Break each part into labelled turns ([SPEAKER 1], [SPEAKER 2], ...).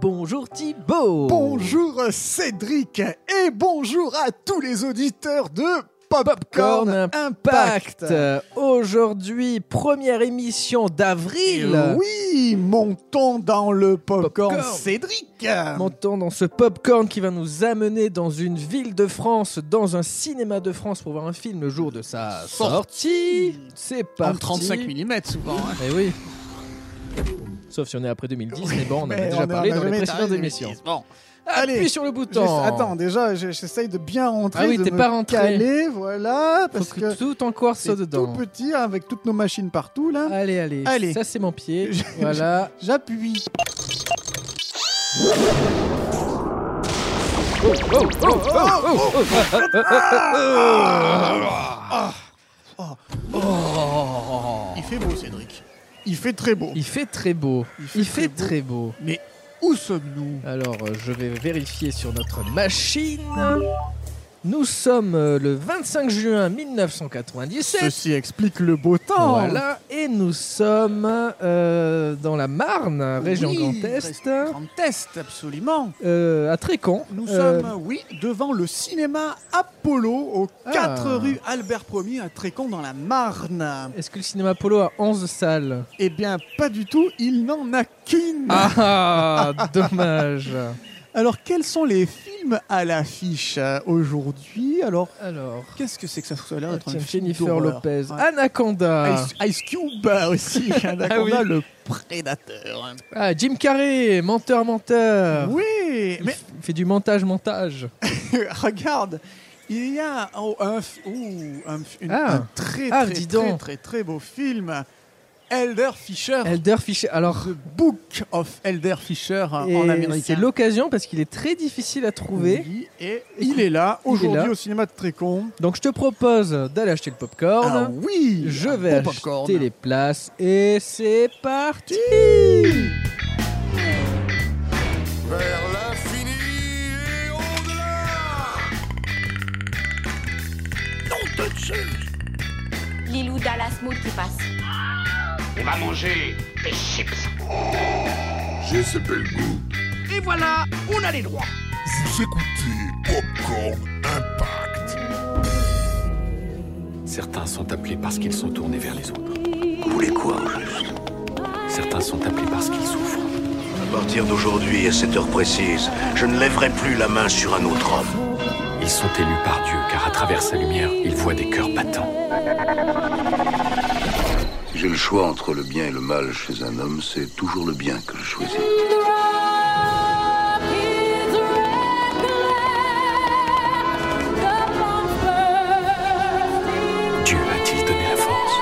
[SPEAKER 1] Bonjour Thibaut
[SPEAKER 2] Bonjour Cédric et bonjour à tous les auditeurs de Popcorn,
[SPEAKER 1] Popcorn
[SPEAKER 2] Impact.
[SPEAKER 1] Impact. Aujourd'hui, première émission
[SPEAKER 2] Et
[SPEAKER 1] d'avril
[SPEAKER 2] Oui, montons dans le popcorn,
[SPEAKER 1] Popcorn.
[SPEAKER 2] Cédric.
[SPEAKER 1] Montons dans ce popcorn qui va nous amener dans une ville de France, dans un cinéma de France pour voir un film le jour de sa
[SPEAKER 2] Sortie.
[SPEAKER 1] sortie. C'est
[SPEAKER 2] En
[SPEAKER 1] parti.
[SPEAKER 2] 35 mm souvent. hein.
[SPEAKER 1] Eh oui. Sauf si on est après 2010, mais bon, on en a
[SPEAKER 2] Mais
[SPEAKER 1] déjà
[SPEAKER 2] on
[SPEAKER 1] parlé
[SPEAKER 2] en a
[SPEAKER 1] dans les
[SPEAKER 2] jamais
[SPEAKER 1] précédentes
[SPEAKER 2] parlé,
[SPEAKER 1] émissions.
[SPEAKER 2] mais Bon.
[SPEAKER 1] Appuie
[SPEAKER 2] Allez.
[SPEAKER 1] sur le bouton.
[SPEAKER 2] Juste- attends, déjà, je- j'essaye de bien rentrer.
[SPEAKER 1] Ah oui,
[SPEAKER 2] de
[SPEAKER 1] t'es
[SPEAKER 2] me
[SPEAKER 1] pas rentré.
[SPEAKER 2] Caler, voilà,
[SPEAKER 1] Faut
[SPEAKER 2] parce
[SPEAKER 1] que,
[SPEAKER 2] que
[SPEAKER 1] tout encore
[SPEAKER 2] c'est
[SPEAKER 1] soit dedans.
[SPEAKER 2] tout petit hein, avec toutes nos machines partout là.
[SPEAKER 1] Allez, allez,
[SPEAKER 2] Allez.
[SPEAKER 1] Ça, c'est mon pied.
[SPEAKER 2] Je-
[SPEAKER 1] voilà.
[SPEAKER 2] J'appuie. Oh, Il fait beau, Cédric. Il fait très beau.
[SPEAKER 1] Il fait très beau.
[SPEAKER 2] Il
[SPEAKER 1] Il fait très beau.
[SPEAKER 2] Mais où sommes-nous
[SPEAKER 1] Alors, euh, je vais vérifier sur notre machine. Nous sommes euh, le 25 juin 1997.
[SPEAKER 2] Ceci explique le beau temps.
[SPEAKER 1] Voilà, et nous sommes euh, dans la Marne, région
[SPEAKER 2] Oui,
[SPEAKER 1] Grand Est,
[SPEAKER 2] région Grand Est, absolument.
[SPEAKER 1] euh, à Trécon.
[SPEAKER 2] Nous
[SPEAKER 1] Euh,
[SPEAKER 2] sommes, oui, devant le cinéma Apollo, aux
[SPEAKER 1] Ah.
[SPEAKER 2] 4 rues Albert Ier à Trécon, dans la Marne.
[SPEAKER 1] Est-ce que le cinéma Polo a 11 salles
[SPEAKER 2] Eh bien, pas du tout, il n'en a qu'une.
[SPEAKER 1] Ah, dommage.
[SPEAKER 2] Alors, quels sont les films à l'affiche euh, aujourd'hui Alors,
[SPEAKER 1] Alors,
[SPEAKER 2] qu'est-ce que c'est que ça Ça a l'air
[SPEAKER 1] Ah,
[SPEAKER 2] d'être un
[SPEAKER 1] tiens,
[SPEAKER 2] film
[SPEAKER 1] Jennifer
[SPEAKER 2] d'horreur.
[SPEAKER 1] Lopez,
[SPEAKER 2] Ouais.
[SPEAKER 1] Anaconda,
[SPEAKER 2] Ice, Ice Cube euh, aussi, Anaconda,
[SPEAKER 1] Ah oui.
[SPEAKER 2] le prédateur.
[SPEAKER 1] Ah, Jim Carrey, menteur, menteur.
[SPEAKER 2] Oui,
[SPEAKER 1] Il
[SPEAKER 2] mais
[SPEAKER 1] f- il fait du montage, montage.
[SPEAKER 2] regarde, il y a un, oh, un f- ouh, un f- une-
[SPEAKER 1] Ah.
[SPEAKER 2] un très,
[SPEAKER 1] Ah,
[SPEAKER 2] très,
[SPEAKER 1] dis
[SPEAKER 2] très,
[SPEAKER 1] donc.
[SPEAKER 2] très, très beau film, Elder Fisher,
[SPEAKER 1] Elder Fischer. Alors,
[SPEAKER 2] The Book of Elder Fisher euh,
[SPEAKER 1] et
[SPEAKER 2] en américain.
[SPEAKER 1] c'est l'occasion parce qu'il est très difficile à trouver.
[SPEAKER 2] Oui, et
[SPEAKER 1] Il
[SPEAKER 2] il est là
[SPEAKER 1] est là.
[SPEAKER 2] aujourd'hui au cinéma de Trécon.
[SPEAKER 1] Donc, je te propose d'aller acheter le popcorn.
[SPEAKER 2] Ah oui,
[SPEAKER 1] je
[SPEAKER 2] un
[SPEAKER 1] vais
[SPEAKER 2] bon
[SPEAKER 1] acheter
[SPEAKER 2] popcorn.
[SPEAKER 1] les places et c'est parti.
[SPEAKER 3] vers l'infini et au-delà.
[SPEAKER 4] Lilou Dallas Mood qui passe.
[SPEAKER 5] On va manger des chips.
[SPEAKER 3] Je sais pas le goût.
[SPEAKER 5] Et voilà, on a les droits.
[SPEAKER 3] Vous écoutez Popcorn Impact.
[SPEAKER 6] Certains sont appelés parce qu'ils sont tournés vers les autres. Vous voulez quoi au juste Certains sont appelés parce qu'ils souffrent.
[SPEAKER 7] À partir d'aujourd'hui, à cette heure précise, je ne lèverai plus la main sur un autre homme.
[SPEAKER 6] Ils sont élus par Dieu car à travers sa lumière, ils voient des cœurs battants.
[SPEAKER 7] Si j'ai le choix entre le bien et le mal chez un homme, c'est toujours le bien que je choisis.
[SPEAKER 6] Dieu a-t-il donné la force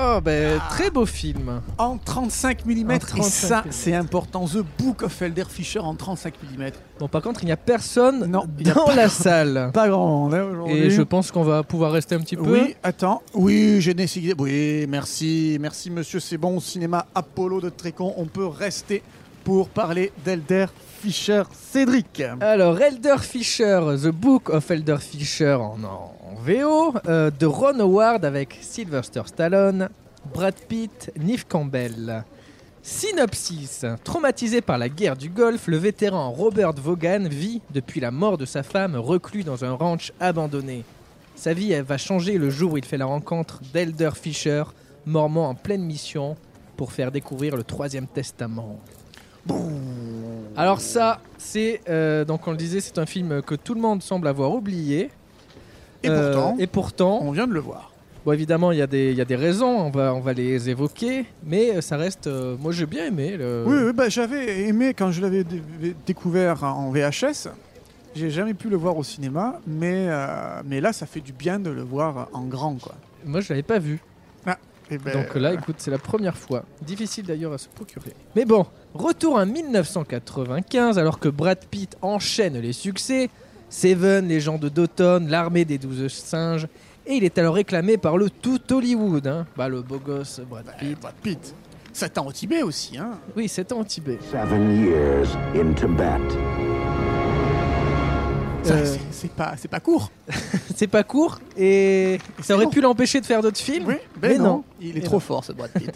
[SPEAKER 1] Oh, ben,
[SPEAKER 2] Ah.
[SPEAKER 1] très beau film.
[SPEAKER 2] En 35 mm,
[SPEAKER 1] En
[SPEAKER 2] et
[SPEAKER 1] 35
[SPEAKER 2] ça,
[SPEAKER 1] mm.
[SPEAKER 2] c'est important. The Book of Elder Fisher en 35 mm.
[SPEAKER 1] Bon, par contre, il n'y a personne
[SPEAKER 2] Non, il n'y a
[SPEAKER 1] dans
[SPEAKER 2] pas-
[SPEAKER 1] la salle.
[SPEAKER 2] Pas grand, hein, aujourd'hui.
[SPEAKER 1] Et je pense qu'on va pouvoir rester un petit peu.
[SPEAKER 2] Oui, attends. Oui, j'ai décidé. Oui, merci. Merci, monsieur. C'est bon. Au cinéma Apollo de Trécon, on peut rester pour parler d'Elder Fisher Cédric.
[SPEAKER 1] Euh, Alors, Elder Fisher, The Book of Elder Fisher en, en- en VO, euh, de Ron Howard avec Sylvester Stallone, Brad Pitt, Neve Campbell. Synopsis. Traumatisé par la guerre du Golfe, le vétéran Robert Vaughan vit, depuis la mort de sa femme, reclus dans un ranch abandonné. Sa vie elle, va changer le jour où il fait la rencontre d'Elder Fisher, mormon en pleine mission, pour faire découvrir le Troisième Testament. Alors ça, c'est euh, donc on le disait, c'est un film que tout le monde semble avoir oublié.
[SPEAKER 2] Et
[SPEAKER 1] Euh,
[SPEAKER 2] pourtant,
[SPEAKER 1] et pourtant,
[SPEAKER 2] on vient de le voir.
[SPEAKER 1] bon évidemment il y, a des- il y a des raisons, on va, on va les évoquer, mais euh, ça reste, euh, moi j'ai bien aimé. Le...
[SPEAKER 2] Oui, oui, bah, j'avais aimé quand je l'avais dé- dé- découvert en VHS. J'ai jamais pu le voir au cinéma, mais, euh, mais là, ça fait du bien de le voir en grand, quoi.
[SPEAKER 1] Moi je l'avais pas vu,
[SPEAKER 2] Eh ben,
[SPEAKER 1] donc là écoute c'est la première fois. Difficile d'ailleurs à se procurer. Mais bon, retour en 1995 alors que Brad Pitt enchaîne les succès, Seven, les gens de d'automne, l'armée des douze singes, et il est alors réclamé par le tout Hollywood, hein. bah le beau gosse Brad
[SPEAKER 2] Et
[SPEAKER 1] Pitt.
[SPEAKER 2] Brad Pitt. Ça t'a motivé aussi, hein
[SPEAKER 1] Oui, 7 ans au Tibet.
[SPEAKER 8] Seven years in Tibet.
[SPEAKER 2] Ça,
[SPEAKER 1] Euh.
[SPEAKER 2] c'est- C'est pas, c'est pas court.
[SPEAKER 1] C'est pas court et ça aurait
[SPEAKER 2] bon.
[SPEAKER 1] pu l'empêcher de faire d'autres films.
[SPEAKER 2] Oui,
[SPEAKER 1] Mais
[SPEAKER 2] ben non.
[SPEAKER 1] non.
[SPEAKER 2] Il est
[SPEAKER 1] Et
[SPEAKER 2] trop
[SPEAKER 1] non.
[SPEAKER 2] fort, ce Brad Pitt.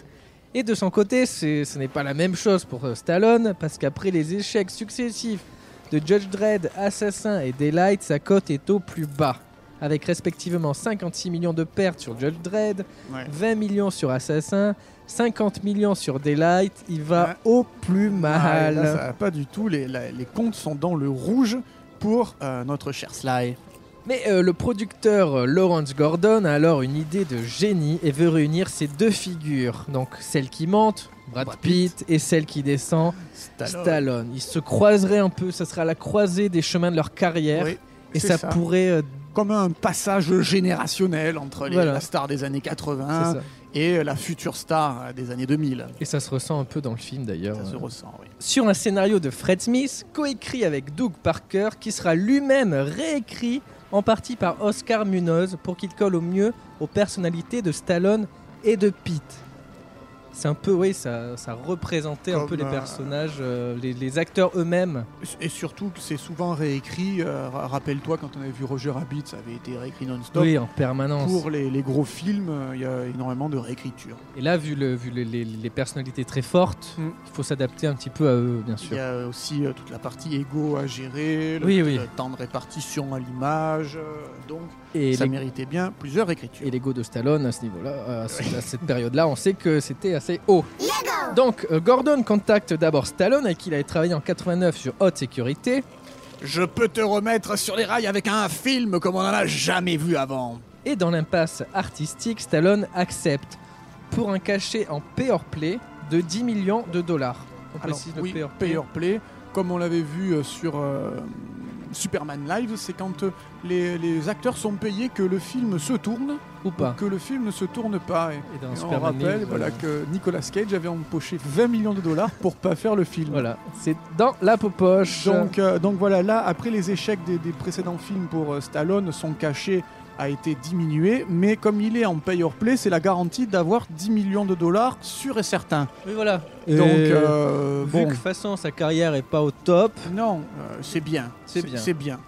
[SPEAKER 1] Et de son côté, c'est- ce n'est pas la même chose pour euh, Stallone, parce qu'après les échecs successifs de Judge Dredd, Assassin et Daylight, sa cote est au plus bas, avec respectivement 56 millions de pertes sur Judge Dredd,
[SPEAKER 2] Ouais.
[SPEAKER 1] 20 millions sur Assassin, 50 millions sur Daylight, il va
[SPEAKER 2] Ouais.
[SPEAKER 1] au plus
[SPEAKER 2] Ah,
[SPEAKER 1] mal.
[SPEAKER 2] là, ça va pas du tout. Les, la- les comptes sont dans le rouge pour euh, notre cher Sly.
[SPEAKER 1] Mais euh, le producteur euh, Lawrence Gordon a alors une idée de génie et veut réunir ces deux figures, donc celle qui monte, Brad,
[SPEAKER 2] Brad
[SPEAKER 1] Pitt, et celle qui descend, Stallone. Ils se croiseraient un peu, ça sera la croisée des chemins de leur carrière,
[SPEAKER 2] Oui,
[SPEAKER 1] et
[SPEAKER 2] c'est
[SPEAKER 1] ça,
[SPEAKER 2] ça.
[SPEAKER 1] pourrait... euh,
[SPEAKER 2] Comme un passage générationnel entre les,
[SPEAKER 1] Voilà.
[SPEAKER 2] la star des années
[SPEAKER 1] c'est
[SPEAKER 2] 80
[SPEAKER 1] ça.
[SPEAKER 2] et la future star euh, des années 2000.
[SPEAKER 1] Et ça se ressent un peu dans le film d'ailleurs.
[SPEAKER 2] Ça se
[SPEAKER 1] Euh,
[SPEAKER 2] ressent, oui.
[SPEAKER 1] Sur un scénario de Fred Smith, coécrit avec Doug Parker, qui sera lui-même réécrit en partie par Oscar Munoz pour qu'il colle au mieux aux personnalités de Stallone et de Pete. C'est un peu, oui, ça, ça représentait un
[SPEAKER 2] Comme,
[SPEAKER 1] peu les
[SPEAKER 2] euh,
[SPEAKER 1] personnages, euh, les, les acteurs eux-mêmes.
[SPEAKER 2] Et surtout que c'est souvent réécrit. euh, ra- Rappelle-toi, quand on avait vu Roger Rabbit, ça avait été réécrit non-stop.
[SPEAKER 1] Oui, en permanence.
[SPEAKER 2] Pour les, les gros films, euh, il y a énormément de réécriture.
[SPEAKER 1] Et là, vu, le, vu les, les- les personnalités très fortes,
[SPEAKER 2] Mm.
[SPEAKER 1] il faut s'adapter un petit peu à eux, bien
[SPEAKER 2] Il
[SPEAKER 1] sûr.
[SPEAKER 2] y a aussi euh, toute la partie égo à gérer, le,
[SPEAKER 1] Oui, oui.
[SPEAKER 2] le temps de répartition à l'image. euh, donc,
[SPEAKER 1] Et
[SPEAKER 2] ça
[SPEAKER 1] les-
[SPEAKER 2] méritait bien plusieurs réécritures.
[SPEAKER 1] et l'ego de Stallone à ce niveau-là, à, ce- à cette période-là, on sait que c'était assez haut. Donc euh, Gordon contacte d'abord Stallone avec qui il avait travaillé en 89 sur Haute Sécurité
[SPEAKER 2] Je peux te remettre sur les rails avec un film comme on n'en a jamais vu avant.
[SPEAKER 1] et dans l'impasse artistique, Stallone accepte pour un cachet en pay-or play de 10 millions de dollars. On
[SPEAKER 2] Alors,
[SPEAKER 1] précise
[SPEAKER 2] oui,
[SPEAKER 1] le pay
[SPEAKER 2] pay
[SPEAKER 1] or play.
[SPEAKER 2] or play, comme on l'avait vu euh, sur euh, Superman Live, c'est quand euh, les, les acteurs sont payés que le film se tourne
[SPEAKER 1] ou pas.
[SPEAKER 2] ou que le film ne se tourne pas. Et,
[SPEAKER 1] Et dans
[SPEAKER 2] et on
[SPEAKER 1] Superman
[SPEAKER 2] rappelle
[SPEAKER 1] Lives,
[SPEAKER 2] voilà,
[SPEAKER 1] euh,
[SPEAKER 2] que Nicolas Cage avait empoché 20 millions de dollars pour pas faire le film.
[SPEAKER 1] Voilà, c'est dans la popoche.
[SPEAKER 2] Donc, euh, donc voilà, là, après les échecs des, des précédents films pour euh, Stallone, son cachet a été diminué, mais comme il est en pay or play, c'est la garantie d'avoir 10 millions de dollars sûr et certain.
[SPEAKER 1] oui, voilà.
[SPEAKER 2] Donc,
[SPEAKER 1] Et
[SPEAKER 2] euh,
[SPEAKER 1] vu
[SPEAKER 2] bon,
[SPEAKER 1] que de toute façon sa carrière est pas au top,
[SPEAKER 2] non, euh, c'est bien.
[SPEAKER 1] C'est bien.
[SPEAKER 2] C'est bien.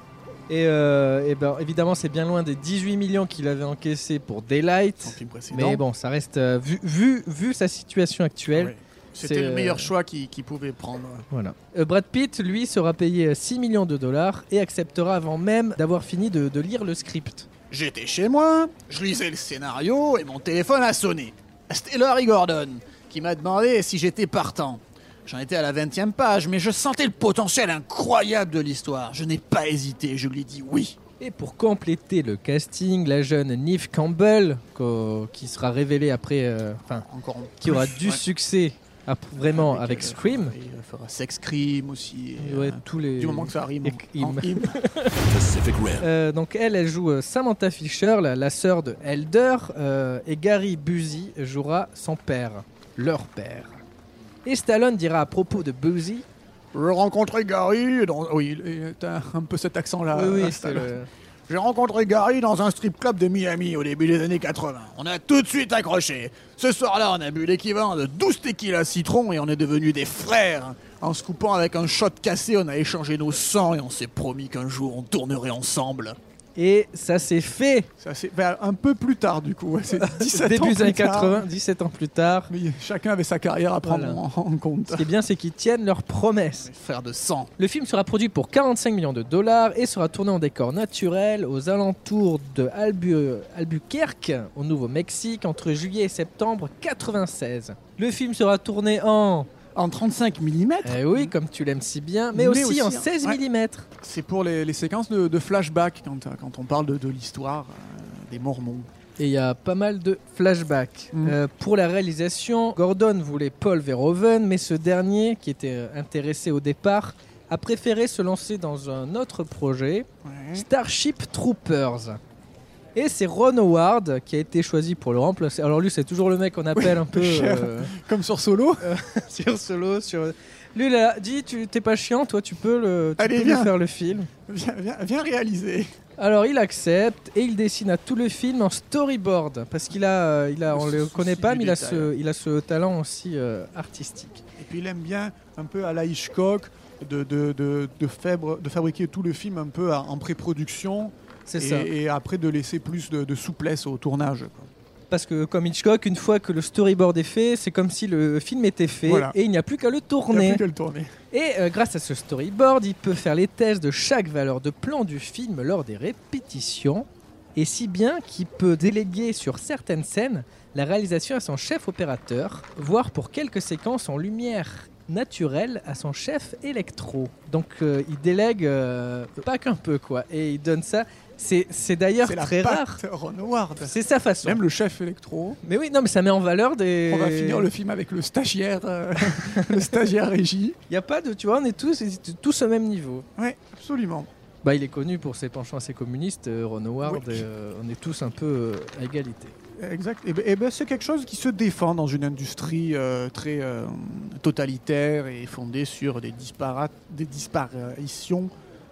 [SPEAKER 1] et, euh, eh ben, évidemment c'est bien loin des 18 millions qu'il avait encaissés pour Daylight.
[SPEAKER 2] Son film précédent.
[SPEAKER 1] Mais bon, ça reste euh, vu, vu, vu sa situation actuelle.
[SPEAKER 2] Ah Ouais. C'était
[SPEAKER 1] c'est,
[SPEAKER 2] le meilleur
[SPEAKER 1] euh,
[SPEAKER 2] choix qu'il qu'il pouvait prendre.
[SPEAKER 1] Voilà. Euh, Brad Pitt, lui, sera payé euh, 6 millions de dollars et acceptera avant même d'avoir fini de, de lire le script.
[SPEAKER 2] J'étais chez moi, je lisais le scénario et mon téléphone a sonné. C'était Laurie Gordon qui m'a demandé si j'étais partant. J'en étais à la 20e page, mais je sentais le potentiel incroyable de l'histoire. Je n'ai pas hésité, je lui ai dit oui.
[SPEAKER 1] Et pour compléter le casting, la jeune Neve Campbell, qu'au- qui sera révélée après, euh, enfin,
[SPEAKER 2] Encore
[SPEAKER 1] qui aura
[SPEAKER 2] plus,
[SPEAKER 1] du
[SPEAKER 2] ouais.
[SPEAKER 1] succès ap- vraiment avec,
[SPEAKER 2] euh,
[SPEAKER 1] Scream.
[SPEAKER 2] et, euh, fera Sex Scream aussi. et,
[SPEAKER 1] Ouais,
[SPEAKER 2] euh,
[SPEAKER 1] tous les...
[SPEAKER 2] du moment que ça arrive.
[SPEAKER 1] et
[SPEAKER 2] en- en
[SPEAKER 1] Im.
[SPEAKER 2] Im.
[SPEAKER 6] Pacific Rim.
[SPEAKER 1] Euh, donc elle, elle joue euh, Samantha Fisher, la, la sœur de Elder, euh, et Gary Busey jouera son père, leur père. Et Stallone dira à propos de Busey,
[SPEAKER 2] Je rencontrais Gary dans. Oui, il- t'as un peu cet accent-là.
[SPEAKER 1] oui,
[SPEAKER 2] euh,
[SPEAKER 1] oui, c'est le-
[SPEAKER 2] J'ai rencontré Gary dans un strip club de Miami au début des années 80. On a tout de suite accroché. Ce soir-là, on a bu l'équivalent de 12 tequila citron et on est devenus des frères. En se coupant avec un shot cassé, on a échangé nos sangs et on s'est promis qu'un jour on tournerait ensemble.
[SPEAKER 1] Et ça s'est fait
[SPEAKER 2] Ça, c'est un peu plus tard, du coup. C'est 17
[SPEAKER 1] début des années 80, 17 ans plus tard.
[SPEAKER 2] Mais chacun avait sa carrière à
[SPEAKER 1] prendre
[SPEAKER 2] prendre
[SPEAKER 1] Voilà.
[SPEAKER 2] en, compte.
[SPEAKER 1] Ce qui est bien, c'est qu'ils tiennent leurs promesses.
[SPEAKER 2] Frères de sang.
[SPEAKER 1] Le film sera produit pour 45 millions de dollars et sera tourné en décor naturel aux alentours de Albu- Albuquerque, au Nouveau-Mexique, entre juillet et septembre 96. Le film sera tourné en,
[SPEAKER 2] En 35 mm,
[SPEAKER 1] eh oui, comme tu l'aimes si bien, mais,
[SPEAKER 2] Mais
[SPEAKER 1] aussi,
[SPEAKER 2] aussi
[SPEAKER 1] en
[SPEAKER 2] en-
[SPEAKER 1] 16
[SPEAKER 2] ouais.
[SPEAKER 1] mm.
[SPEAKER 2] Eh, c'est pour les, les séquences de, de flashback quand, euh, quand on parle de, de l'histoire euh, des Mormons.
[SPEAKER 1] Et il y a pas mal de flashbacks.
[SPEAKER 2] Mm.
[SPEAKER 1] Euh, pour la réalisation, Gordon voulait Paul Verhoeven, mais ce dernier, qui était euh, intéressé au départ, a préféré se lancer dans un autre projet,
[SPEAKER 2] Mm.
[SPEAKER 1] Starship Troopers. Et c'est Ron Howard qui a été choisi pour le remplacer. Alors lui, c'est toujours le mec qu'on appelle un peu
[SPEAKER 2] cher.
[SPEAKER 1] euh,
[SPEAKER 2] Comme sur Solo. euh,
[SPEAKER 1] sur solo. Sur... Lui, il a dit, tu t'es pas chiant, toi, tu peux, le, tu
[SPEAKER 2] Allez,
[SPEAKER 1] peux lui
[SPEAKER 2] viens.
[SPEAKER 1] faire le film.
[SPEAKER 2] Viens, viens- viens réaliser.
[SPEAKER 1] Alors il accepte et il dessine à tout le film en storyboard parce qu'il a, euh, il a, on
[SPEAKER 2] Ce
[SPEAKER 1] le
[SPEAKER 2] souci
[SPEAKER 1] connaît pas,
[SPEAKER 2] du
[SPEAKER 1] mais il a
[SPEAKER 2] détail,
[SPEAKER 1] ce, il a ce talent aussi euh, artistique.
[SPEAKER 2] Et puis il aime bien, un peu à la Hitchcock, de, de, de, de, faibre- de fabriquer tout le film un peu à- en pré-production
[SPEAKER 1] C'est ça.
[SPEAKER 2] et, et après de laisser plus de, de souplesse au tournage. quoi.
[SPEAKER 1] parce que comme Hitchcock, une fois que le storyboard est fait, c'est comme si le film était fait
[SPEAKER 2] Voilà.
[SPEAKER 1] et il n'y a plus qu'à le
[SPEAKER 2] Il n'y a
[SPEAKER 1] tourner.
[SPEAKER 2] plus qu'à le tourner.
[SPEAKER 1] Et euh, grâce à ce storyboard, il peut faire les tests de chaque valeur de plan du film lors des répétitions, et si bien qu'il peut déléguer sur certaines scènes la réalisation à son chef opérateur, voire pour quelques séquences en lumière naturelle à son chef électro. Donc euh, il délègue euh, pas qu'un peu quoi, et il donne ça. C'est c'est d'ailleurs
[SPEAKER 2] C'est la
[SPEAKER 1] très rare.
[SPEAKER 2] patte Ron Howard.
[SPEAKER 1] C'est sa façon.
[SPEAKER 2] Même le chef électro.
[SPEAKER 1] Mais oui, non, mais ça met en valeur des.
[SPEAKER 2] On va finir le film avec le stagiaire, euh, le stagiaire régie.
[SPEAKER 1] Il n'y a pas de, tu vois, on est tous, tous au même niveau.
[SPEAKER 2] Ouais, absolument.
[SPEAKER 1] Bah, il est connu pour ses penchants assez communistes, euh, Ron Howard.
[SPEAKER 2] Oui.
[SPEAKER 1] et, euh, on est tous un peu euh, à égalité.
[SPEAKER 2] Exact. Et ben, eh ben, c'est quelque chose qui se défend dans une industrie euh, très euh, totalitaire et fondée sur des disparates, des disparitions,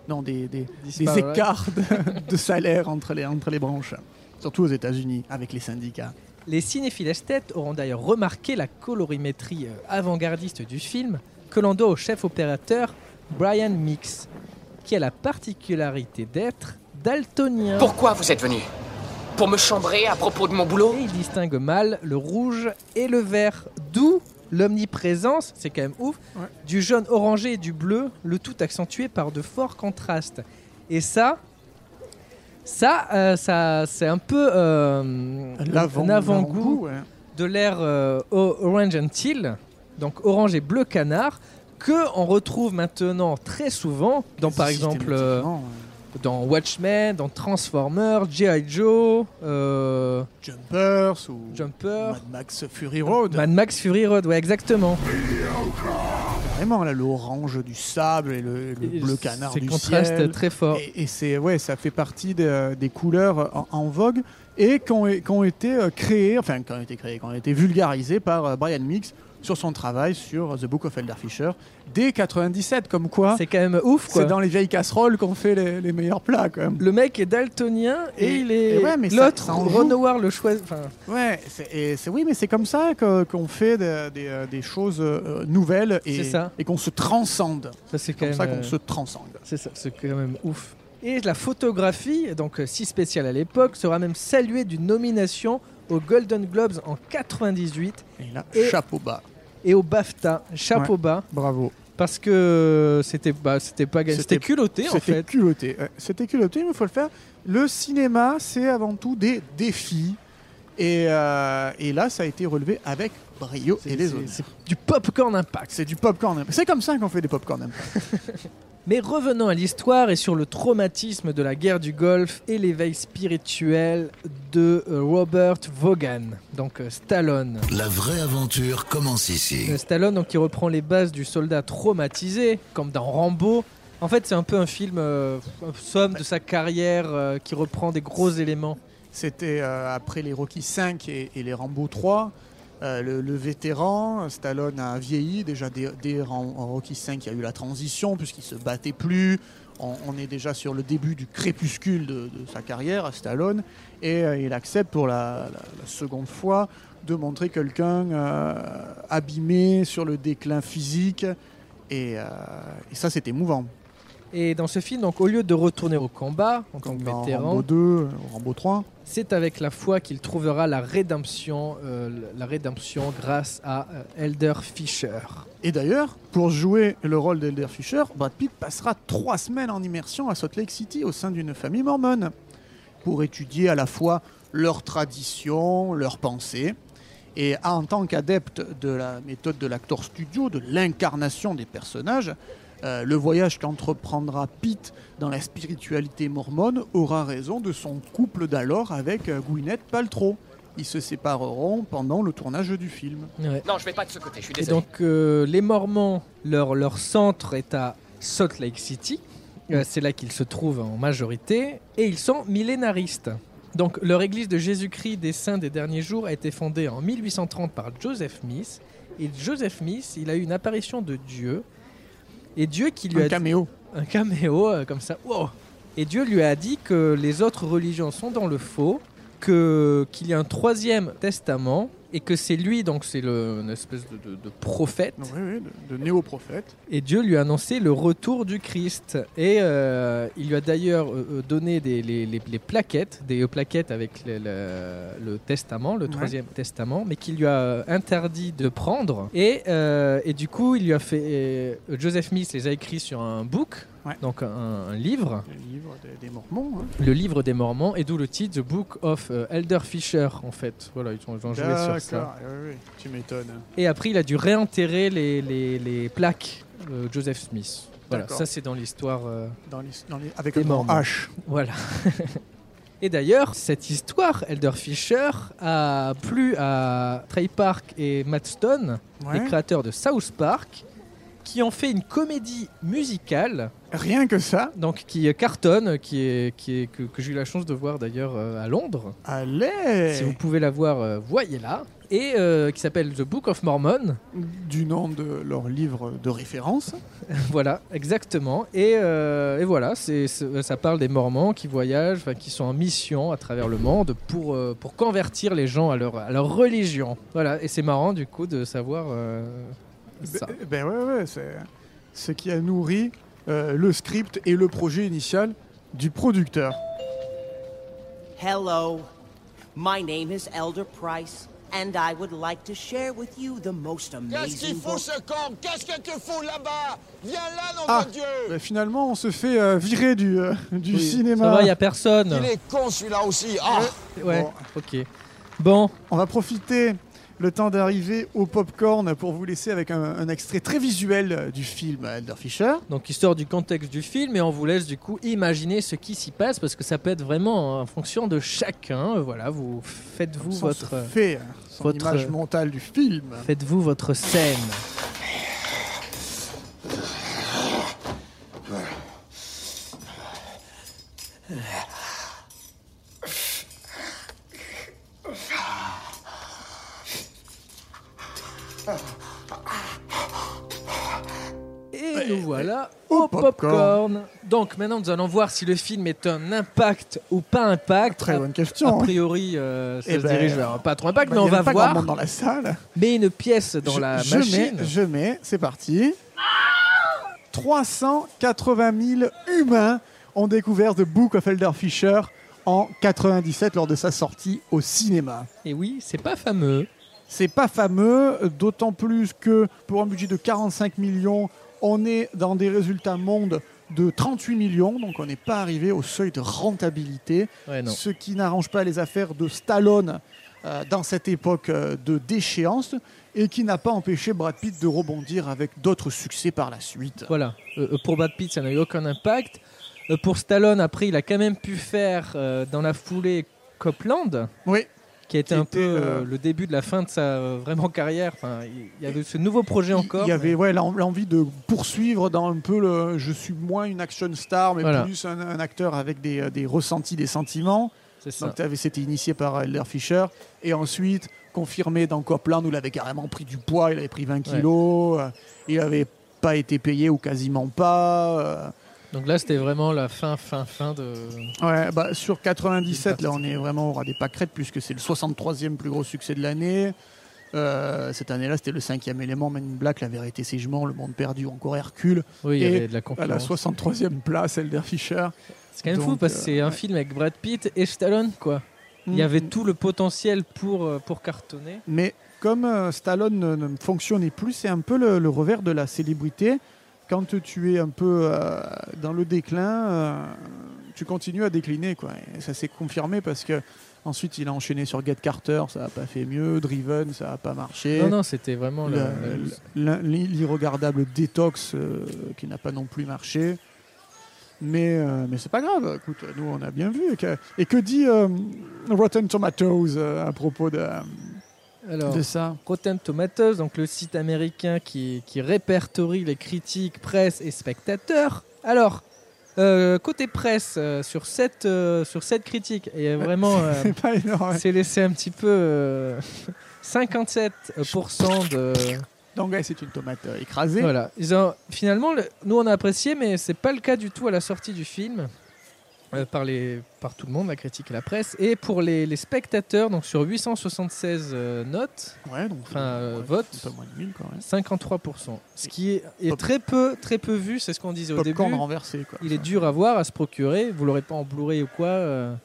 [SPEAKER 2] non, des, des, des
[SPEAKER 1] Disparates.
[SPEAKER 2] écarts de, de salaire entre les, entre les branches. Surtout aux États-Unis, avec les syndicats.
[SPEAKER 1] Les cinéphiles esthètes auront d'ailleurs remarqué la colorimétrie euh, avant-gardiste du film que l'on doit au chef opérateur Brian Mix, qui a la particularité d'être daltonien.
[SPEAKER 5] Pourquoi vous êtes venu Pour me chambrer à propos de mon boulot
[SPEAKER 1] Et il distingue mal le rouge et le vert, d'où l'omniprésence, c'est quand même ouf,
[SPEAKER 2] Ouais.
[SPEAKER 1] du jaune orangé et du bleu, le tout accentué par de forts contrastes. Et ça, ça, euh, ça c'est un peu euh,
[SPEAKER 2] L'avant-
[SPEAKER 1] un avant-goût hein.
[SPEAKER 2] l'avant-goût, ouais.
[SPEAKER 1] de l'ère euh, o- Orange and Teal, donc orange et bleu canard, que on retrouve maintenant très souvent dans par exemple euh,
[SPEAKER 2] Systématiquement, ouais.
[SPEAKER 1] dans Watchmen, dans Transformers, G.I. Joe, euh,
[SPEAKER 2] Jumpers ou
[SPEAKER 1] Jumper.
[SPEAKER 2] Mad Max Fury Road.
[SPEAKER 1] Mad Max Fury Road, ouais, exactement.
[SPEAKER 2] Vraiment, là, l'orange du sable et le, le
[SPEAKER 1] Et
[SPEAKER 2] bleu canard
[SPEAKER 1] Ces
[SPEAKER 2] du
[SPEAKER 1] contrastes
[SPEAKER 2] ciel.
[SPEAKER 1] très forts.
[SPEAKER 2] Et, et c'est ouais, ça fait partie de- des couleurs en, en vogue et qui ont, qui ont été euh, créées, enfin qui ont été créées, qui ont été vulgarisées par euh, Brian Mix sur son travail sur The Book of Elder Fisher dès 97, comme quoi
[SPEAKER 1] Ah, C'est quand même ouf, quoi.
[SPEAKER 2] c'est dans les vieilles casseroles qu'on fait les, les meilleurs plats quand même.
[SPEAKER 1] Le mec est daltonien et,
[SPEAKER 2] Et-
[SPEAKER 1] il
[SPEAKER 2] et
[SPEAKER 1] est.
[SPEAKER 2] ouais, mais ça-
[SPEAKER 1] L'autre,
[SPEAKER 2] ça en joue.
[SPEAKER 1] Renoir le choisit. Enfin,
[SPEAKER 2] Ouais, c'est- et c'est oui, mais c'est comme ça que- qu'on fait des- des, euh, des choses euh, nouvelles et,
[SPEAKER 1] C'est ça.
[SPEAKER 2] et qu'on se transcende.
[SPEAKER 1] ça, c'est quand
[SPEAKER 2] Comme
[SPEAKER 1] même.
[SPEAKER 2] ça qu'on
[SPEAKER 1] euh,
[SPEAKER 2] se transcende.
[SPEAKER 1] C'est ça, c'est quand même ouf. Et la photographie, donc euh, si spéciale à l'époque, sera même saluée d'une nomination aux Golden Globes en 98
[SPEAKER 2] Et là,
[SPEAKER 1] Et-
[SPEAKER 2] chapeau bas.
[SPEAKER 1] et au BAFTA, chapeau bas,
[SPEAKER 2] Bravo.
[SPEAKER 1] parce que euh, c'était bah, c'était pas gagné,
[SPEAKER 2] C'était-
[SPEAKER 1] c'était culotté en
[SPEAKER 2] C'était
[SPEAKER 1] fait.
[SPEAKER 2] culotté. ouais. C'était culotté, mais il faut le faire. Le cinéma, c'est avant tout des défis. Et, euh, et là, ça a été relevé avec brio et les autres.
[SPEAKER 1] Du popcorn impact.
[SPEAKER 2] C'est du popcorn. C'est comme ça qu'on fait des popcorn.
[SPEAKER 1] Mais revenons à l'histoire et sur le traumatisme de la guerre du Golfe et l'éveil spirituel de euh, Robert Vaughan, donc euh, Stallone.
[SPEAKER 9] La vraie aventure commence ici.
[SPEAKER 1] Euh, Stallone donc, qui reprend les bases du soldat traumatisé, comme dans Rambo. En fait, c'est un peu un film, euh, un somme de sa carrière euh, qui reprend des gros éléments.
[SPEAKER 2] C'était euh, après les Rocky 5 et, et les Rambo 3. le, le vétéran, Stallone a vieilli. Déjà, dès, dès Ram- Rocky 5, il y a eu la transition, puisqu'il se battait plus. On, on est déjà sur le début du crépuscule de, de sa carrière à Stallone. Et euh, il accepte pour la, la- la seconde fois de montrer quelqu'un euh, abîmé sur le déclin physique. Et, euh, et ça, c'est émouvant.
[SPEAKER 1] Et dans ce film, donc, au lieu de retourner au combat en tant que
[SPEAKER 2] Dans
[SPEAKER 1] vétéran,
[SPEAKER 2] Rambo 2, Rambo 3.
[SPEAKER 1] c'est avec la foi qu'il trouvera la rédemption, euh, la rédemption grâce à euh, Elder Fisher.
[SPEAKER 2] Et d'ailleurs, pour jouer le rôle d'Elder Fisher, Brad Pitt passera trois semaines en immersion à Salt Lake City au sein d'une famille mormone pour étudier à la fois leurs traditions, leurs pensées. Et en tant qu'adepte de la méthode de l'acteur studio, de l'incarnation des personnages, euh, le voyage qu'entreprendra Pitt dans la spiritualité mormone aura raison de son couple d'alors avec euh, Gwyneth Paltrow. Ils se sépareront pendant le tournage du film.
[SPEAKER 1] Ouais.
[SPEAKER 5] Non, je vais pas de ce côté, je suis
[SPEAKER 1] Et
[SPEAKER 5] désolé.
[SPEAKER 1] donc euh, les Mormons, leur, leur centre est à Salt Lake City. Euh, c'est là qu'ils se trouvent en majorité. Et ils sont millénaristes. Donc leur église de Jésus-Christ des saints des derniers jours a été fondée en 1830 par Joseph Smith. Et Joseph Smith, il a eu une apparition de Dieu. Et Dieu qui lui
[SPEAKER 2] Un
[SPEAKER 1] a dit-
[SPEAKER 2] caméo.
[SPEAKER 1] un caméo euh, comme ça. Wow. Et Dieu lui a dit que les autres religions sont dans le faux, que qu'il y a un troisième testament et que c'est lui, donc c'est le- une espèce de, de- de prophète,
[SPEAKER 2] Oui, oui, de, de néo-prophète.
[SPEAKER 1] et Dieu lui a annoncé le retour du Christ. Et euh, il lui a d'ailleurs euh, euh, donné des, les, les- les plaquettes, des euh, plaquettes avec le, le- le testament, le
[SPEAKER 2] Ouais.
[SPEAKER 1] troisième testament, mais qu'il lui a euh, interdit de prendre. Et, euh, et du coup, il lui a fait. euh, Joseph Smith les a écrits sur un book,
[SPEAKER 2] Ouais.
[SPEAKER 1] donc un- un livre
[SPEAKER 2] Le livre des, des Mormons. hein.
[SPEAKER 1] le livre des Mormons et d'où le titre The Book of euh, Elder Fisher en fait. Voilà, ils ont, ils ont joué sur ça.
[SPEAKER 2] D'accord, oui, oui, tu m'étonnes. hein.
[SPEAKER 1] Et après, il a dû réenterrer les, les, les plaques euh, Joseph Smith. Voilà,
[SPEAKER 2] D'accord.
[SPEAKER 1] ça c'est dans l'histoire. euh,
[SPEAKER 2] Dans les, dans les- avec
[SPEAKER 1] Des
[SPEAKER 2] le mot
[SPEAKER 1] Mormons.
[SPEAKER 2] H.
[SPEAKER 1] voilà. et d'ailleurs, cette histoire, Elder Fisher, a plu à Trey Park et Matt Stone, les
[SPEAKER 2] Ouais.
[SPEAKER 1] créateurs de South Park, qui ont fait une comédie musicale
[SPEAKER 2] Rien que ça,
[SPEAKER 1] donc qui euh, cartonne, qui est, qui est, que, que j'ai eu la chance de voir d'ailleurs euh, à Londres.
[SPEAKER 2] allez
[SPEAKER 1] Si vous pouvez la voir, euh, voyez-la. Et euh, qui s'appelle The Book of Mormon.
[SPEAKER 2] Du nom de leur livre de référence.
[SPEAKER 1] voilà, exactement. Et, euh, et voilà, c'est c'est- ça parle des Mormons qui voyagent, enfin, qui sont en mission à travers le monde pour, euh, pour convertir les gens à leur, à leur religion. Voilà, et c'est marrant du coup de savoir euh, ça.
[SPEAKER 2] Ben, ben ouais, ouais, c'est ce qui a nourri euh, le script et le projet initial du producteur.
[SPEAKER 10] Hello. My name is Elder Price, and I would like to share with you the most amazing book.
[SPEAKER 3] camp Qu'est-ce que tu fous là-bas Viens là, nom
[SPEAKER 2] Ah, ben finalement, on se fait euh, virer du, euh, du cinéma.
[SPEAKER 1] Ça va, il n'y a personne.
[SPEAKER 3] est con celui-là aussi. Ah
[SPEAKER 1] Ouais,
[SPEAKER 2] Bon.
[SPEAKER 1] ok. Bon,
[SPEAKER 2] On va profiter le temps d'arriver au popcorn pour vous laisser avec un, un extrait très visuel euh, du film Elder Fisher.
[SPEAKER 1] donc il sort du contexte du film et on vous laisse du coup imaginer ce qui s'y passe parce que ça peut être vraiment en fonction de chacun. Voilà, vous faites-vous
[SPEAKER 2] Sans se
[SPEAKER 1] votre. euh,
[SPEAKER 2] fait, hein, son
[SPEAKER 1] votre- euh,
[SPEAKER 2] image mentale du film.
[SPEAKER 1] Faites-vous votre scène. Et nous voilà au popcorn. Donc maintenant nous allons voir si le film est un impact ou pas impact.
[SPEAKER 2] Très
[SPEAKER 1] A-
[SPEAKER 2] bonne
[SPEAKER 1] A
[SPEAKER 2] question. hein.
[SPEAKER 1] priori, euh, ça
[SPEAKER 2] Eh
[SPEAKER 1] se
[SPEAKER 2] ben,
[SPEAKER 1] dirige vers un pas trop impact,
[SPEAKER 2] Bah,
[SPEAKER 1] mais on
[SPEAKER 2] il y en a
[SPEAKER 1] va
[SPEAKER 2] pas grand
[SPEAKER 1] voir.
[SPEAKER 2] monde dans la salle.
[SPEAKER 1] Mais une pièce dans
[SPEAKER 2] Je-
[SPEAKER 1] la
[SPEAKER 2] je
[SPEAKER 1] machine.
[SPEAKER 2] Mets, je mets, c'est parti. 380 000 humains ont découvert The Book of Elder Fisher en 97 lors de sa sortie au cinéma.
[SPEAKER 1] Et oui, c'est pas fameux.
[SPEAKER 2] C'est pas fameux, d'autant plus que pour un budget de 45 millions, on est dans des résultats mondes de 38 millions, donc on n'est pas arrivé au seuil de rentabilité,
[SPEAKER 1] Ouais, Eh non.
[SPEAKER 2] ce qui n'arrange pas les affaires de Stallone euh, dans cette époque euh, de déchéance et qui n'a pas empêché Brad Pitt de rebondir avec d'autres succès par la suite.
[SPEAKER 1] Voilà. Euh, euh, pour Brad Pitt, ça n'a eu aucun impact. Euh, pour Stallone, après, il a quand même pu faire euh, dans la foulée Copland,
[SPEAKER 2] Oui,
[SPEAKER 1] qui a été
[SPEAKER 2] Qui
[SPEAKER 1] un peu
[SPEAKER 2] était,
[SPEAKER 1] euh,
[SPEAKER 2] euh,
[SPEAKER 1] le début de la fin de sa euh, vraiment carrière. Enfin, il il y avait ce nouveau projet encore.
[SPEAKER 2] il y avait
[SPEAKER 1] mais-
[SPEAKER 2] ouais, l'en- l'envie de poursuivre dans un peu le je suis moins une action star, mais
[SPEAKER 1] Voilà.
[SPEAKER 2] plus un, un acteur avec des, euh, des ressentis, des sentiments.
[SPEAKER 1] C'est ça.
[SPEAKER 2] Donc t'avais- c'était initié par Elder Fisher et ensuite confirmé dans Copland où il avait carrément pris du poids, il avait pris 20 kilos, euh, il avait pas été payé ou quasiment pas. euh.
[SPEAKER 1] Donc là, c'était vraiment la fin, fin, fin de.
[SPEAKER 2] Ouais, bah, sur 97,
[SPEAKER 1] Une
[SPEAKER 2] là
[SPEAKER 1] partie.
[SPEAKER 2] on est vraiment au ras des pâquerettes puisque c'est le 63e plus gros succès de l'année. Euh, cette année-là, c'était le cinquième élément, Men in Black, La vérité segement, Le monde perdu, encore Hercule.
[SPEAKER 1] Oui, il y
[SPEAKER 2] Et
[SPEAKER 1] avait de la
[SPEAKER 2] À la
[SPEAKER 1] concurrence.
[SPEAKER 2] 63e place, Elder Fisher.
[SPEAKER 1] C'est quand même fou
[SPEAKER 2] Donc,
[SPEAKER 1] parce
[SPEAKER 2] euh,
[SPEAKER 1] que c'est un
[SPEAKER 2] ouais. Mm.
[SPEAKER 1] film avec Brad Pitt et Stallone, quoi. Il y
[SPEAKER 2] Hmm.
[SPEAKER 1] avait tout le potentiel pour, euh, pour cartonner.
[SPEAKER 2] Mais comme euh, Stallone ne, ne fonctionnait plus, c'est un peu le, le revers de la célébrité. Quand tu es un peu euh, dans le déclin, euh, tu continues à décliner. Quoi. Et ça s'est confirmé parce que ensuite il a enchaîné sur Get Carter, ça n'a pas fait mieux. Driven, ça n'a pas marché.
[SPEAKER 1] Non, non, c'était vraiment
[SPEAKER 2] Le-
[SPEAKER 1] la- la-
[SPEAKER 2] l'in- L'irregardable Detox euh, qui n'a pas non plus marché. Mais, euh, mais c'est pas grave, écoute, nous on a bien vu. Et que, et que dit euh, Rotten Tomatoes euh, à propos de,
[SPEAKER 1] Alors,
[SPEAKER 2] de ça
[SPEAKER 1] Rotten Tomatoes, donc le site américain qui, qui répertorie les critiques, presse et spectateurs. Alors, euh, côté presse, euh, sur, cette, euh, sur cette critique, et euh, vraiment, euh,
[SPEAKER 2] C'est pas énorme.
[SPEAKER 1] c'est laissé un petit peu euh, 57% de.
[SPEAKER 2] Donc, ouais, c'est une tomate euh, écrasée.
[SPEAKER 1] Voilà. Ils ont, finalement, le- nous on a apprécié, mais c'est pas le cas du tout à la sortie du film. euh, par, les, par tout le monde, la critique et la presse. Et pour les, les spectateurs, donc sur 876 euh, notes,
[SPEAKER 2] Ouais, donc.
[SPEAKER 1] Enfin, euh,
[SPEAKER 2] ouais,
[SPEAKER 1] vote.
[SPEAKER 2] c'est Pas moins de 1000, quoi. ouais.
[SPEAKER 1] 53%. Ce qui est, est
[SPEAKER 2] Pop-
[SPEAKER 1] très peu, très peu vu, c'est ce qu'on disait au
[SPEAKER 2] Popcorn
[SPEAKER 1] début.
[SPEAKER 2] renversé, quoi.
[SPEAKER 1] Il est dur à voir, à se procurer. Vous l'aurez pas en Blu-ray ou quoi euh,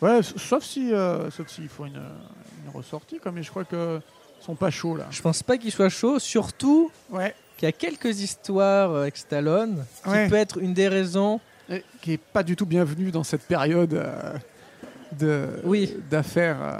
[SPEAKER 2] Ouais, s- sauf si, euh, sauf s'il faut une, une ressortie, quoi. Mais je crois que ils sont pas chauds là.
[SPEAKER 1] Je pense pas qu'il soit chaud, surtout
[SPEAKER 2] Ouais.
[SPEAKER 1] qu'il y a quelques histoires euh, avec Stallone qui
[SPEAKER 2] Ouais.
[SPEAKER 1] peut être une des raisons.
[SPEAKER 2] Et qui est pas du tout bienvenu dans cette période euh, de
[SPEAKER 1] Oui.
[SPEAKER 2] d'affaires euh,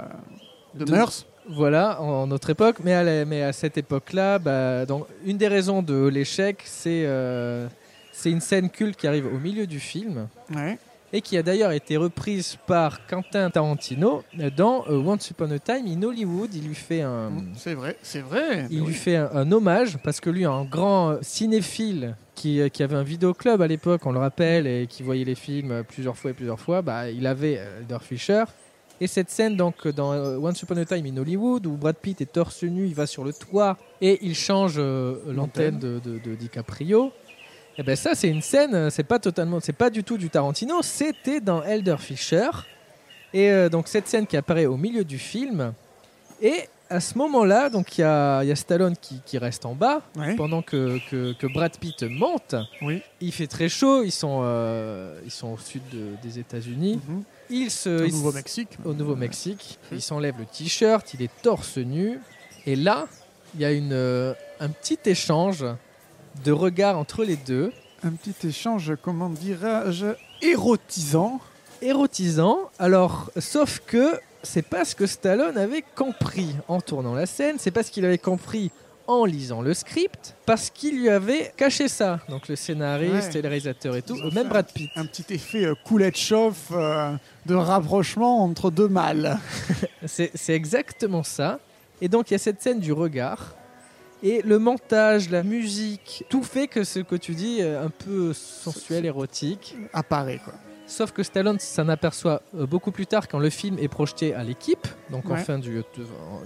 [SPEAKER 2] de,
[SPEAKER 1] De-
[SPEAKER 2] mœurs.
[SPEAKER 1] Voilà, en en notre époque, mais à, la- mais à cette époque-là, bah, donc, une des raisons de l'échec, c'est euh, c'est une scène culte qui arrive au milieu du film
[SPEAKER 2] Ouais.
[SPEAKER 1] et qui a d'ailleurs été reprise par Quentin Tarantino dans euh, Once Upon a Time in Hollywood. Il lui fait un,
[SPEAKER 2] Mm, C'est vrai, c'est vrai.
[SPEAKER 1] Hum. il
[SPEAKER 2] mais
[SPEAKER 1] lui
[SPEAKER 2] bah oui.
[SPEAKER 1] fait un, un hommage parce que lui, un grand euh, cinéphile qui, euh, qui avait un vidéoclub à l'époque, on le rappelle, et qui voyait les films euh, plusieurs fois et plusieurs fois, bah, il avait euh, Elder Fisher. Et cette scène donc euh, dans euh, Once Upon a Time in Hollywood où Brad Pitt est torse nu, il va sur le toit et il change euh, l'antenne de, de- de DiCaprio. Et ben ça c'est une scène, euh, c'est pas totalement, c'est pas du tout du Tarantino, c'était dans Elder Fisher. Et euh, donc cette scène qui apparaît au milieu du film. Et à ce moment-là, donc il y, a il y a Stallone qui, qui reste en bas
[SPEAKER 2] Ouais.
[SPEAKER 1] pendant que, que, que Brad Pitt monte.
[SPEAKER 2] Oui.
[SPEAKER 1] Il fait très chaud, ils sont, euh, ils sont au sud de- des États-Unis.
[SPEAKER 2] Mhm.
[SPEAKER 1] Ils se,
[SPEAKER 2] Au
[SPEAKER 1] ils se-
[SPEAKER 2] Nouveau-Mexique.
[SPEAKER 1] Euh, au Nouveau-Mexique.
[SPEAKER 2] Mhm.
[SPEAKER 1] Il s'enlève le t-shirt, il est torse nu. Et là, il y a une, euh, un petit échange de regards entre les deux,
[SPEAKER 2] Un petit échange, comment dirais-je, érotisant.
[SPEAKER 1] érotisant. Alors, sauf que c'est pas ce que Stallone avait compris en tournant la scène, c'est pas ce qu'il avait compris en lisant le script, parce qu'il lui avait caché ça. Donc le scénariste
[SPEAKER 2] Ouais.
[SPEAKER 1] et le réalisateur et tout,
[SPEAKER 2] Ils ont
[SPEAKER 1] même
[SPEAKER 2] fait
[SPEAKER 1] Brad Pitt.
[SPEAKER 2] Un petit effet euh, coulette chauffe euh, de rapprochement entre deux mâles.
[SPEAKER 1] C'est c'est exactement ça. Et donc il y a cette scène du regard. Et le montage, la musique, tout fait que ce que tu dis, euh, un peu sensuel, érotique.
[SPEAKER 2] Apparaît, quoi.
[SPEAKER 1] Sauf que Stallone s'en aperçoit euh, beaucoup plus tard quand le film est projeté à l'équipe. Donc en
[SPEAKER 2] Ouais.
[SPEAKER 1] fin du, de-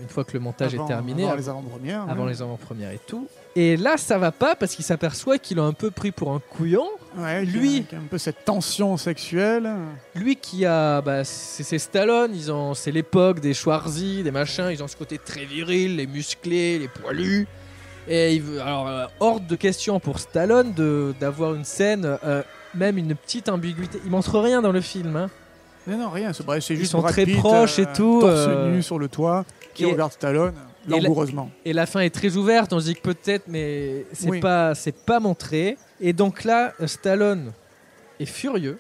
[SPEAKER 1] une fois que le montage
[SPEAKER 2] Avant-
[SPEAKER 1] est terminé,
[SPEAKER 2] Avant
[SPEAKER 1] av-
[SPEAKER 2] les avant-premières.
[SPEAKER 1] avant
[SPEAKER 2] ouais.
[SPEAKER 1] les avant-premières et tout. Et là, ça va pas parce qu'il s'aperçoit qu'il a un peu pris pour un couillon.
[SPEAKER 2] Ouais,
[SPEAKER 1] Lui-
[SPEAKER 2] qui a- qui a un peu cette tension sexuelle.
[SPEAKER 1] Lui qui a, bah, c'est c'est Stallone, ils ont, c'est l'époque des Schwarzy, des machins, ils ont ce côté très viril, les musclés, les poilus. Et il veut, alors, euh, hors de question pour Stallone de- d'avoir une scène, euh, même une petite ambiguïté. Il montre rien dans le film. hein.
[SPEAKER 2] Mais non, rien, c'est, bah, c'est
[SPEAKER 1] Ils
[SPEAKER 2] juste
[SPEAKER 1] sont
[SPEAKER 2] Brad
[SPEAKER 1] très
[SPEAKER 2] Pitt,
[SPEAKER 1] proches et tout,
[SPEAKER 2] Torse
[SPEAKER 1] euh,
[SPEAKER 2] nu sur le toit, qui
[SPEAKER 1] et-
[SPEAKER 2] regarde Stallone
[SPEAKER 1] et la-
[SPEAKER 2] langoureusement.
[SPEAKER 1] Et la fin est très ouverte, on se dit que peut-être, mais c'est
[SPEAKER 2] Oui.
[SPEAKER 1] pas, c'est pas montré. Et donc là, euh, Stallone est furieux.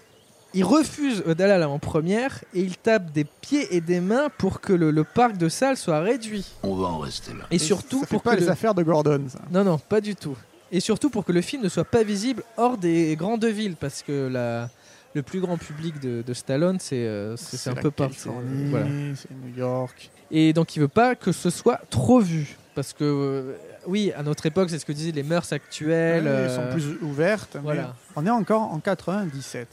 [SPEAKER 1] Il refuse euh, d'aller à l'avant-première et il tape des pieds et des mains pour que le, le parc de salles soit réduit.
[SPEAKER 7] On va en rester là.
[SPEAKER 1] Et, surtout
[SPEAKER 2] ça fait
[SPEAKER 1] pour
[SPEAKER 2] pas
[SPEAKER 1] que
[SPEAKER 2] les
[SPEAKER 1] le-
[SPEAKER 2] affaires de Gordon, ça.
[SPEAKER 1] Non, non, pas du tout. Et surtout pour que le film ne soit pas visible hors des grandes villes, parce que la, le plus grand public de, de Stallone, c'est euh, c'est- c'est un
[SPEAKER 2] la
[SPEAKER 1] peu partout.
[SPEAKER 2] Californie,
[SPEAKER 1] Voilà.
[SPEAKER 2] C'est New York.
[SPEAKER 1] Et donc il veut pas que ce soit trop vu, parce que euh, oui, à notre époque, c'est ce que disaient les mœurs actuelles.
[SPEAKER 2] Ouais, elles sont
[SPEAKER 1] euh,
[SPEAKER 2] plus ouvertes. mais
[SPEAKER 1] voilà.
[SPEAKER 2] On est encore en 97.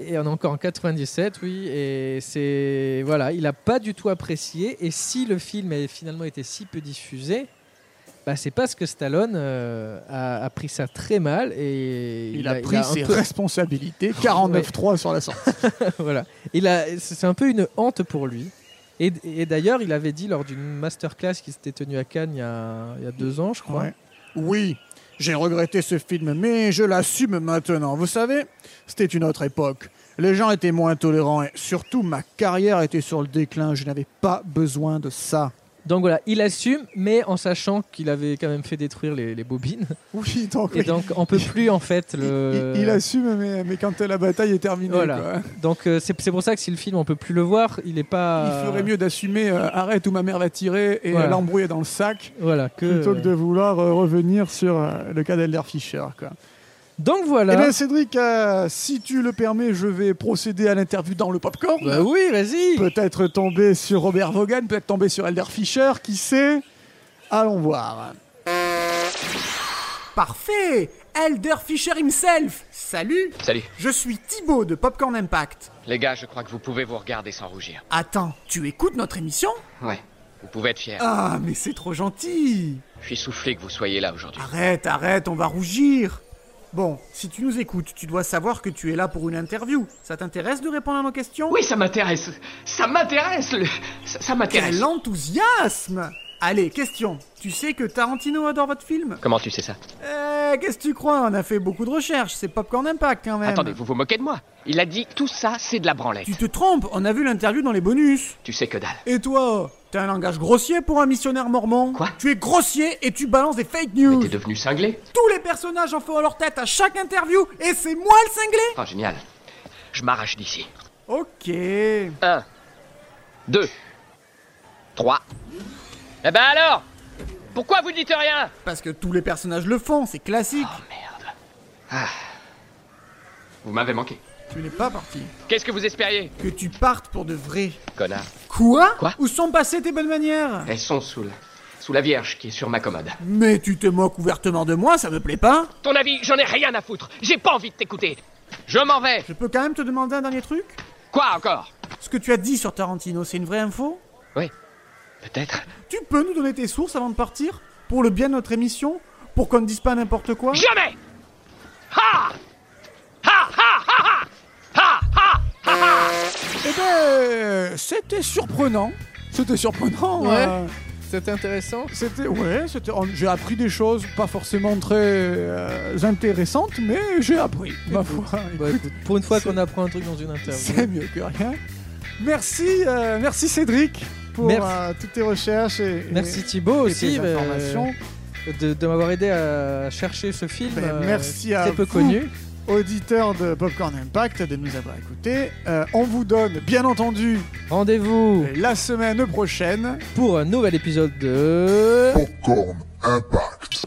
[SPEAKER 1] Et on est encore en 97, oui. Et c'est voilà, il a pas du tout apprécié. Et si le film a finalement été si peu diffusé. Bah, c'est parce que Stallone euh, a, a pris ça très mal et
[SPEAKER 2] Il, a, pris
[SPEAKER 1] un
[SPEAKER 2] ses
[SPEAKER 1] peu-
[SPEAKER 2] responsabilités, 49-3 sur la sortie.
[SPEAKER 1] voilà. Il a, c'est un peu une honte pour lui. Et, et d'ailleurs, il avait dit lors d'une masterclass qui s'était tenue à Cannes il y a, il y a deux ans, je crois.
[SPEAKER 2] Ouais. Oui, j'ai regretté ce film, mais je l'assume maintenant. Vous savez, c'était une autre époque. Les gens étaient moins tolérants et surtout ma carrière était sur le déclin. Je n'avais pas besoin de ça.
[SPEAKER 1] Donc voilà, il assume, mais en sachant qu'il avait quand même fait détruire les, les bobines.
[SPEAKER 2] Oui, donc, euh,
[SPEAKER 1] Et donc, on peut plus en fait
[SPEAKER 2] il,
[SPEAKER 1] le.
[SPEAKER 2] il- il assume, mais, mais quand la bataille est terminée,
[SPEAKER 1] Voilà.
[SPEAKER 2] quoi.
[SPEAKER 1] Donc euh, c'est c'est pour ça que si le film on peut plus le voir, il est pas.
[SPEAKER 2] il ferait mieux d'assumer euh, arrête où ma mère va tirer et
[SPEAKER 1] Voilà.
[SPEAKER 2] euh, l'embrouiller dans le sac
[SPEAKER 1] Voilà que.
[SPEAKER 2] plutôt que de vouloir euh, revenir sur euh, le cas d'Elder Fisher. Quoi.
[SPEAKER 1] Donc voilà.
[SPEAKER 2] Eh bien, Cédric, euh, si tu le permets, je vais procéder à l'interview dans le popcorn.
[SPEAKER 1] Bah oui, vas-y.
[SPEAKER 2] Peut-être tomber sur Robert Vaughan, peut-être tomber sur Elder Fisher, qui sait Allons voir.
[SPEAKER 11] Parfait Elder Fisher himself Salut
[SPEAKER 5] Salut.
[SPEAKER 11] Je suis Thibaut de Popcorn Impact.
[SPEAKER 5] Les gars, je crois que vous pouvez vous regarder sans rougir.
[SPEAKER 11] Attends, tu écoutes notre émission
[SPEAKER 5] Ouais. Vous pouvez être fiers.
[SPEAKER 11] Ah, mais c'est trop gentil
[SPEAKER 5] Je suis soufflé que vous soyez là aujourd'hui.
[SPEAKER 11] Arrête, arrête, on va rougir Bon, si tu nous écoutes, tu dois savoir que tu es là pour une interview. Ça t'intéresse de répondre à nos questions
[SPEAKER 5] Oui, ça m'intéresse. Ça m'intéresse. le- Ça, ça m'intéresse.
[SPEAKER 11] Quel enthousiasme Allez, question. Tu sais que Tarantino adore votre film
[SPEAKER 5] Comment tu sais ça
[SPEAKER 11] Euh, qu'est-ce que tu crois On a fait beaucoup de recherches, c'est Popcorn Impact quand même.
[SPEAKER 5] Attendez, vous vous moquez de moi Il a dit tout ça, c'est de la branlette.
[SPEAKER 11] Tu te trompes, on a vu l'interview dans les bonus.
[SPEAKER 5] Tu sais que dalle.
[SPEAKER 11] Et toi T'as un langage grossier pour un missionnaire mormon
[SPEAKER 5] Quoi
[SPEAKER 11] Tu es grossier et tu balances des fake news
[SPEAKER 5] T'es devenu cinglé
[SPEAKER 11] Tous les personnages en font leur tête à chaque interview et c'est moi le cinglé
[SPEAKER 5] Ah, génial. Je m'arrache d'ici.
[SPEAKER 11] Ok.
[SPEAKER 5] Un. Deux. Trois. Eh ben alors Pourquoi vous dites rien
[SPEAKER 11] Parce que tous les personnages le font, c'est classique.
[SPEAKER 5] Oh merde. Ah. Vous m'avez manqué.
[SPEAKER 11] Tu n'es pas parti.
[SPEAKER 5] Qu'est-ce que vous espériez
[SPEAKER 11] Que tu partes pour de vrai.
[SPEAKER 5] Connard.
[SPEAKER 11] Quoi
[SPEAKER 5] Quoi
[SPEAKER 11] Où sont passées tes bonnes manières
[SPEAKER 5] Elles sont sous la... sous la Vierge qui est sur ma commode.
[SPEAKER 11] Mais tu te moques ouvertement de moi, ça me plaît pas
[SPEAKER 5] Ton avis, j'en ai rien à foutre. J'ai pas envie de t'écouter. Je m'en vais.
[SPEAKER 11] Je peux quand même te demander un dernier truc
[SPEAKER 5] Quoi encore
[SPEAKER 11] Ce que tu as dit sur Tarantino, c'est une vraie info
[SPEAKER 5] Oui. Peut-être.
[SPEAKER 11] Tu peux nous donner tes sources avant de partir Pour le bien de notre émission Pour qu'on ne dise pas n'importe quoi
[SPEAKER 5] Jamais Ha Ha ha ha ha Ha ha ha
[SPEAKER 2] Eh ben, c'était surprenant. C'était surprenant.
[SPEAKER 1] Ouais.
[SPEAKER 2] euh,
[SPEAKER 1] C'était intéressant.
[SPEAKER 2] C'était ouais, c'était. on- J'ai appris des choses pas forcément très euh, intéressantes, mais j'ai appris. Ma foi,
[SPEAKER 1] Bah,
[SPEAKER 2] écoute,
[SPEAKER 1] écoute, pour une fois qu'on apprend un truc dans une interview.
[SPEAKER 2] c'est mieux que rien. Merci, euh, merci Cédric pour
[SPEAKER 1] Merci.
[SPEAKER 2] euh, toutes tes recherches et, ben, et-
[SPEAKER 1] Merci Thibaut
[SPEAKER 2] et
[SPEAKER 1] aussi
[SPEAKER 2] tes
[SPEAKER 1] euh,
[SPEAKER 2] informations.
[SPEAKER 1] de, de m'avoir aidé à chercher ce film.
[SPEAKER 2] Ben,
[SPEAKER 1] euh,
[SPEAKER 2] merci à
[SPEAKER 1] très peu
[SPEAKER 2] vous.
[SPEAKER 1] connu.
[SPEAKER 2] Auditeurs de Popcorn Impact, de nous avoir écoutés. Euh, on vous donne, bien entendu,
[SPEAKER 1] Rendez-vous
[SPEAKER 2] la semaine prochaine.
[SPEAKER 1] pour un nouvel épisode de.
[SPEAKER 9] Popcorn Impact.